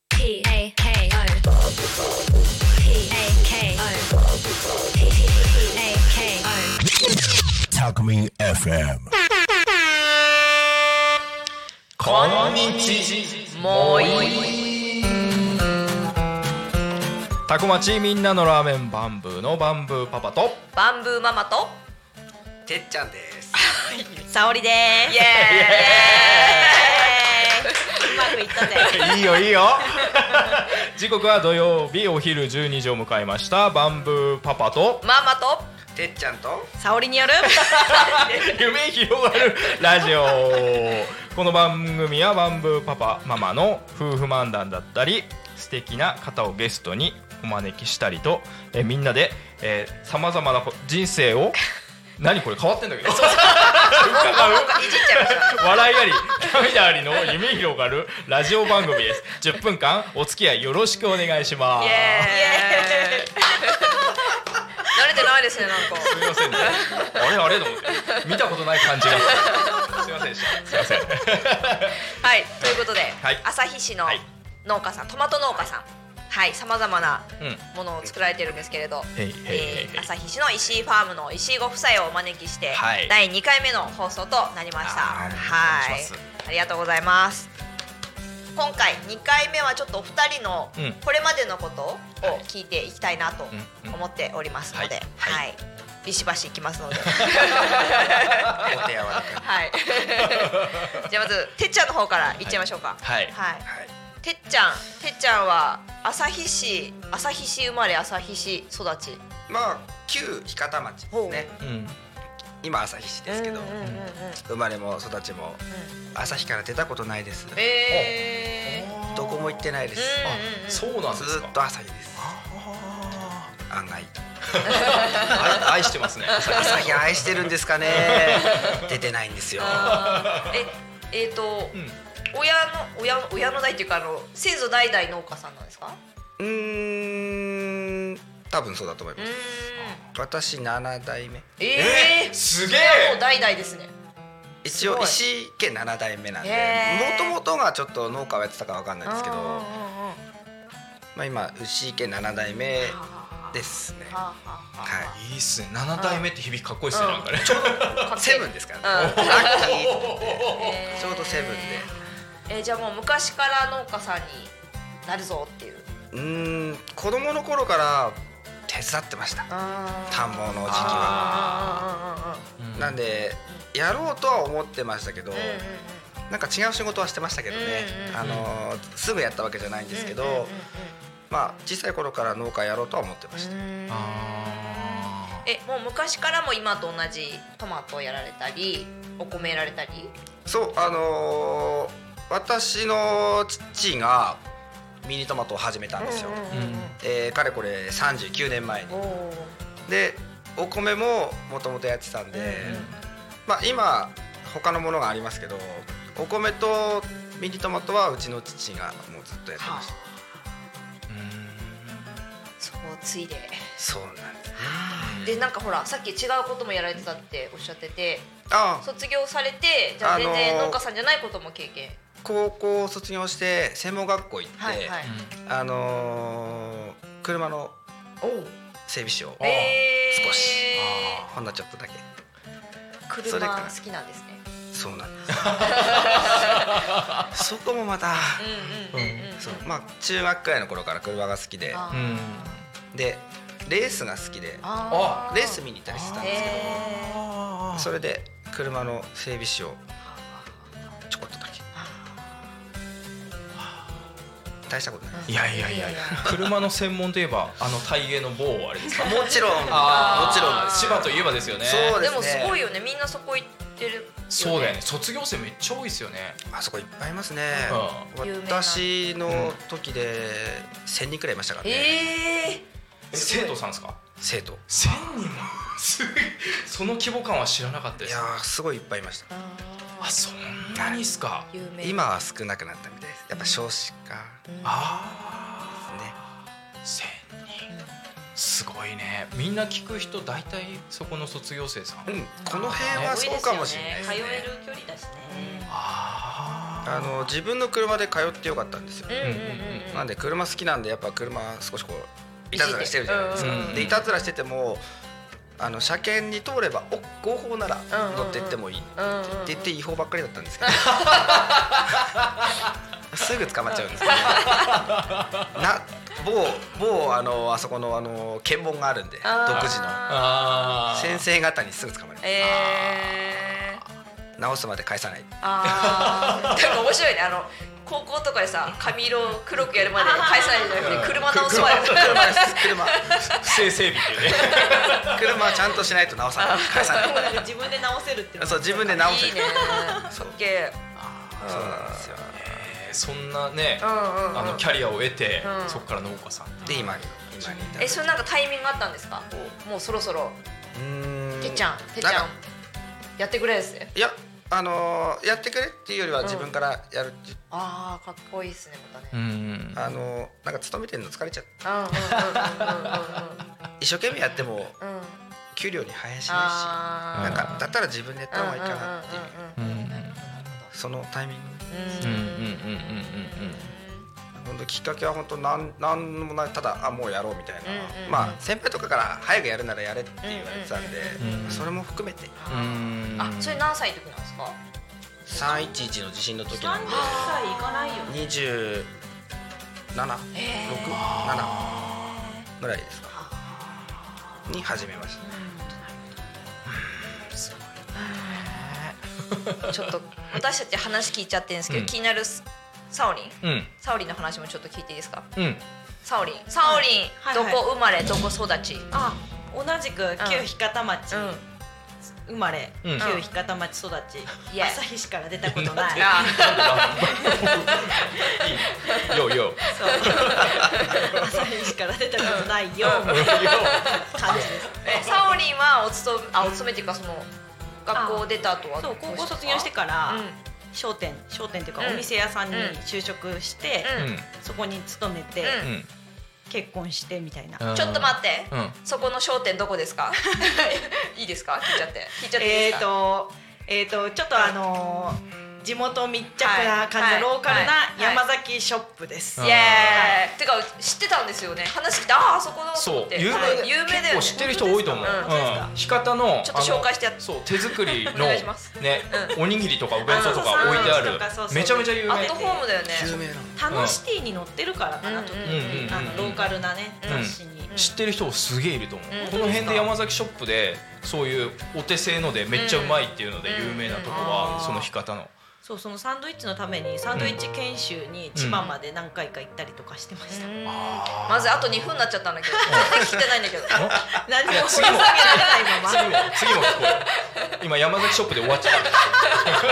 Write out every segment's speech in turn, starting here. P A K O. P A K O. P A K O. Talk Me FM こんにちもういいタコ町みんなのラーメンバンブーのバンブーパパとバンブーママとてっちゃんです。 沙織でーす。イエーイ。うまくいったぜ。いいよいいよ 時刻は土曜日お昼12時を迎えましたバンブーパパとママとてっちゃんと沙織による。夢広がるラジオこの番組はバンブーパパママの夫婦漫談だったり素敵な方をゲストにお招きしたりとえみんなでさまざまなこ人生を何これ変わってんだけど伺ういじっちゃいました。笑いあり涙ありの夢広がるラジオ番組です10分間お付き合いよろしくお願いしますイエーイ。慣れてないですねなんか。すみませんねあれあれと思って見たことない感じがすみませんでしたすみませんはいということで、はい旭市のはい農家さん、トマト農家さん。はい、さまざまなうんものを作られてるんですけれど、へいへいへいへいえー旭市の石井ファームの石井ご夫妻をお招きして、はい第2回目の放送となりました。はいおは願いいします、ありがとうございます。今回2回目はちょっとお二人のうんこれまでのことを聞いていきたいなとうん思っておりますので、はいははいい、ビシバシいきます ので、お手柔らかに。はい。じゃあまずてっちゃんの方からいっちゃいましょうか。はいはい。はい。てっちゃん、てっちゃんは旭市、旭市生まれ、旭市育ち。まあ旧日方町ですね。うん今旭市ですけどうん、うんうんうん生まれも育ちも旭から出たことないです。えーどこも行ってないです。うあそんうなんですずーかっと旭です。案外 愛愛してますね旭愛してるんです かね。出てないんですよ。あーえ、えっとう、ん親の親の親の代っていうかあの先祖代々農家さんなんですか？うーん、多分そうだと思いうまーんす。。私七代目。えー、すげえそれはもう代々ですね。一応す石井家七代目なんでへ、ーもともとがちょっと農家をやってたかわかんないですけど、うんうんうんうんまあ今牛池七代目ですね。はあはあはあはい。いいっすね七代目って響きかっこいいっすねなんかねかっけえセブンですから、うんね。ラッキーと思ってえーちょうどセブンでえーじゃあもう昔から農家さんになるぞっていううーん子供の頃から手伝ってました田んぼの時期はあうんなんでやろうとは思ってましたけど、ーうんうんうんうんなんか違う仕事はしてましたけどね、うんうんあのーすぐやったわけじゃないんですけど、うんうんうんうんまあ小さい頃から農家やろうとは思ってました、あえもう昔からも今と同じトマトをやられたりお米やられたりそうあのー私の父がミニトマトを始めたんですよ、ーうんでかれこれ39年前におおーでお米ももともとやってたんで、まあ、今他のものがありますけどお米とミニトマトはうちの父がもうずっとやってはまあした、そうついでそうなんですでなんかほらさっき違うこともやられてたっておっしゃっててああ卒業されてじゃああの全ー然農家さんじゃないことも経験高校を卒業して専門学校行って、はいはいあのー車のおお整備士をえー、少しあほんのちょっとだけそれ車から好きなんですねそうなんです そこもまた、うんうんうんうんそうまあ中学くらいの頃から車が好きであうーんでレースが好きであレース見にに行ったりしてたんですけどえそれで車の整備士をちょこっとだけ大したこと ないいやいやいやいや車の専門といえばあの体芸の某あれですかもちろ んあーもちろんです千葉といえばですよねそうー、でもですすねごいよねみんなそこ行ってるよねそうだよね卒業生めっちゃ多いですよねあそこいっぱいいますねうん有名な私の時で1000人くらいいましたからねえええ生徒さんですか生徒1000人もすごいその規模感は知らなかったでいすやーすごいいっぱいいましたー、あそんなにっすか有名今は少なくなったみたいですやっぱ少子化あですねあ1000人すごいねみんな聞く人大体そこの卒業生さんうんこの辺はそうかもしれないです多ねいですよね通える距離だしねああの自分の車で通ってよかったんですよ、うんうんうんうんなんで車好きなんでやっぱ車少しこういたずらしてるじゃないですか、うんうんでいたずらしててもあの車検に通ればお合法ならんうんうん乗ってってもいい、ってうんうん言って違法ばっかりだったんですけどすぐ捕まっちゃうんですよねな某某あのあそこのあの検問があるんであー独自のあー先生方にすぐ捕まりますえー直すまで返さない あーなんか面白いねあの高校とかでさ髪色を黒くやるまで返さないじゃなくて車直すまで車です車不正整備って いうね車はちゃんとしないと直さない返さない自分で直せるっていうのそう自分で直せいいねそうオッケそうなんですよえーそんなねーうんうんうんあのキャリアを得てうんそこから農家さんで今に今に至るえそれなんかタイミングあったんですかこうもうそろそろうーんてっちゃんてっちなゃんかやってくれですねいやあのーやってくれっていうよりは自分からやるっていうああかっこいいですねまたうねんあのーなんか勤めてるの疲れちゃってう一生懸命やってもんう んうんうんうんうんうん給料に反映しなあいしーなんかだったら自分でやった方がいいかなっていううんうんそのタイミングうんうんうんうんううんんうん本当きっかけは本当なんなんもないただあもうやろうみたいなうんうんまあ先輩とかから早くやるならやれって言われてたんでうんうんそれも含めてうんうんあそれ何歳の時なんですか311の地震の時なん30で歳いかないよね2767えーぐらいですかに始めましたちょっと私たち話聞いちゃってるんですけど、うん気になるすサオリうンんサオリンの話もちょっと聞いていいですかうんサオリンサオリン、はいどこ生まれどこ育ち、あ同じく旧日方町うん生まれ、うん旧日方町育ち、イエーイ朝日市から出たことない あ いいよいいよそう 朝日市から出たことないよみたいな感じですえサオリンはお勤めあお勤めっていうかその学校を出た後はそう高校卒業してかから、うん商店商店っていうかうんお店屋さんにうん就職して、ううんん、そこに勤めて、う結婚してみたいな、うんちょっと待って、うんそこの商店どこです かいいですか聞いちゃって聞いちゃっていいえでっ、すかー、とえっ、ー、とちょっとあのー地元密着な感じのはいローカルなはい山崎ショップです、はイエーイてか知ってたんですよね話聞いてあああそこのそうって有名はいで有名結だよ構ね知ってる人多いと思う本当ですかうん日方のちょっと紹介してやっあのそう手作りのお願いしますねおにぎりとかお弁当とか置いてああそうそうそうそうるそうめちゃめちゃ有アッ名トホームだよね有名なの楽しシティに乗ってるからかなと、うんううんんうんあのローカルなねうん雑誌に、知ってる人すげえいると思ううんこの辺で山崎ショップでそういうお手製のでめっちゃうまいっていうので有名なとこうはんその日方のそうそのサンドイッチのためにサンドイッチ研修に千葉まで何回か行ったりとかしてました、うんあーまずあと2分になっちゃったんだけど全然 聞いてないんだけどあ 何もいや掘次り下げらもれないまま次も次も聞こえる今山崎ショップで終わっちゃった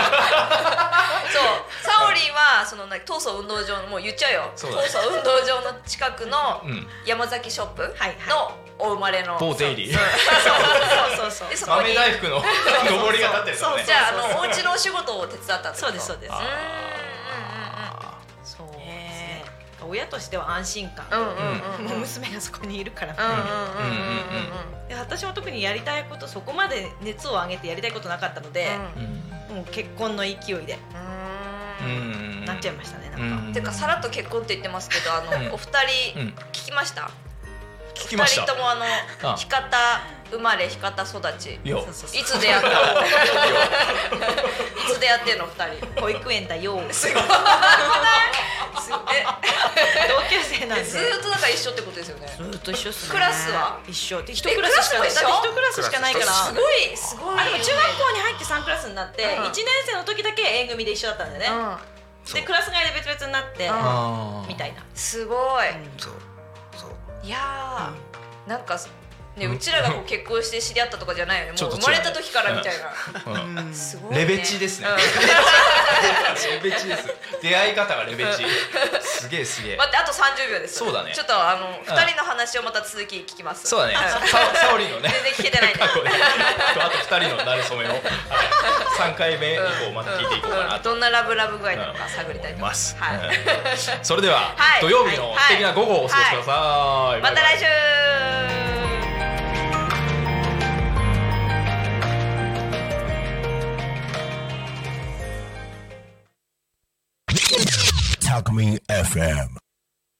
そうサオリンはそのなんか闘争運動場のもう言っちゃうよ闘そうだ争ね運動場の近くのうん山崎ショップのはいお生まれの某デイリーそうそうそうでそこ 豆に大福の上りが立ってるとこねじゃああのお家のお仕事を手伝ったってことそうですそうですーそうですね親としては安心感、うんうんうんうんうんうんうんうんうん娘がそこにいるから、うんで私も特にやりたいことそこまで熱を上げてやりたいことなかったので、もう結婚の勢いうでんうんうんなっちゃいましたねなんか、うんてかさらっと結婚って言ってますけどあうんのお二人うん聞きました聞きましたお二人ともあのあ日方生まれ日方育ちいやそうそうそういつ出会った のいつ出会ってんの二人保育園だよ すごいすごい同級生なんえでえずーっとだから一緒ってことですよねずーっと一緒っすねクラスは一緒で一えクラスしかないクだラスっても一緒一クラスしかないからすごいすごいあでも中学校に入って3クラスになって、うん1年生の時だけ A 組で一緒だったんだよね、うんでクラス外で別々になって、うんあーみたいな、すごいそうそういやーなんかねうちらがこう結婚して知り合ったとかじゃないよねちょもっうと違う生まれた時からみたいなうんすごいねレベチですねうんレベチです出会い方がレベチすげえすげえ待ってあと30秒ですそうだねちょっとあの二人の話をまた続き聞きますそうだねはいさサオリのね全然聞けてないんで過去ねあと二人の馴れ初めをはい3回目以降また聞いていこうかなとどんなラブラブ具合なのか探り思たいいと思いまますすはいうんそれでははい土曜日の素敵な午後をお過ごしくださいまバイバたイ来週 Talk Me FM.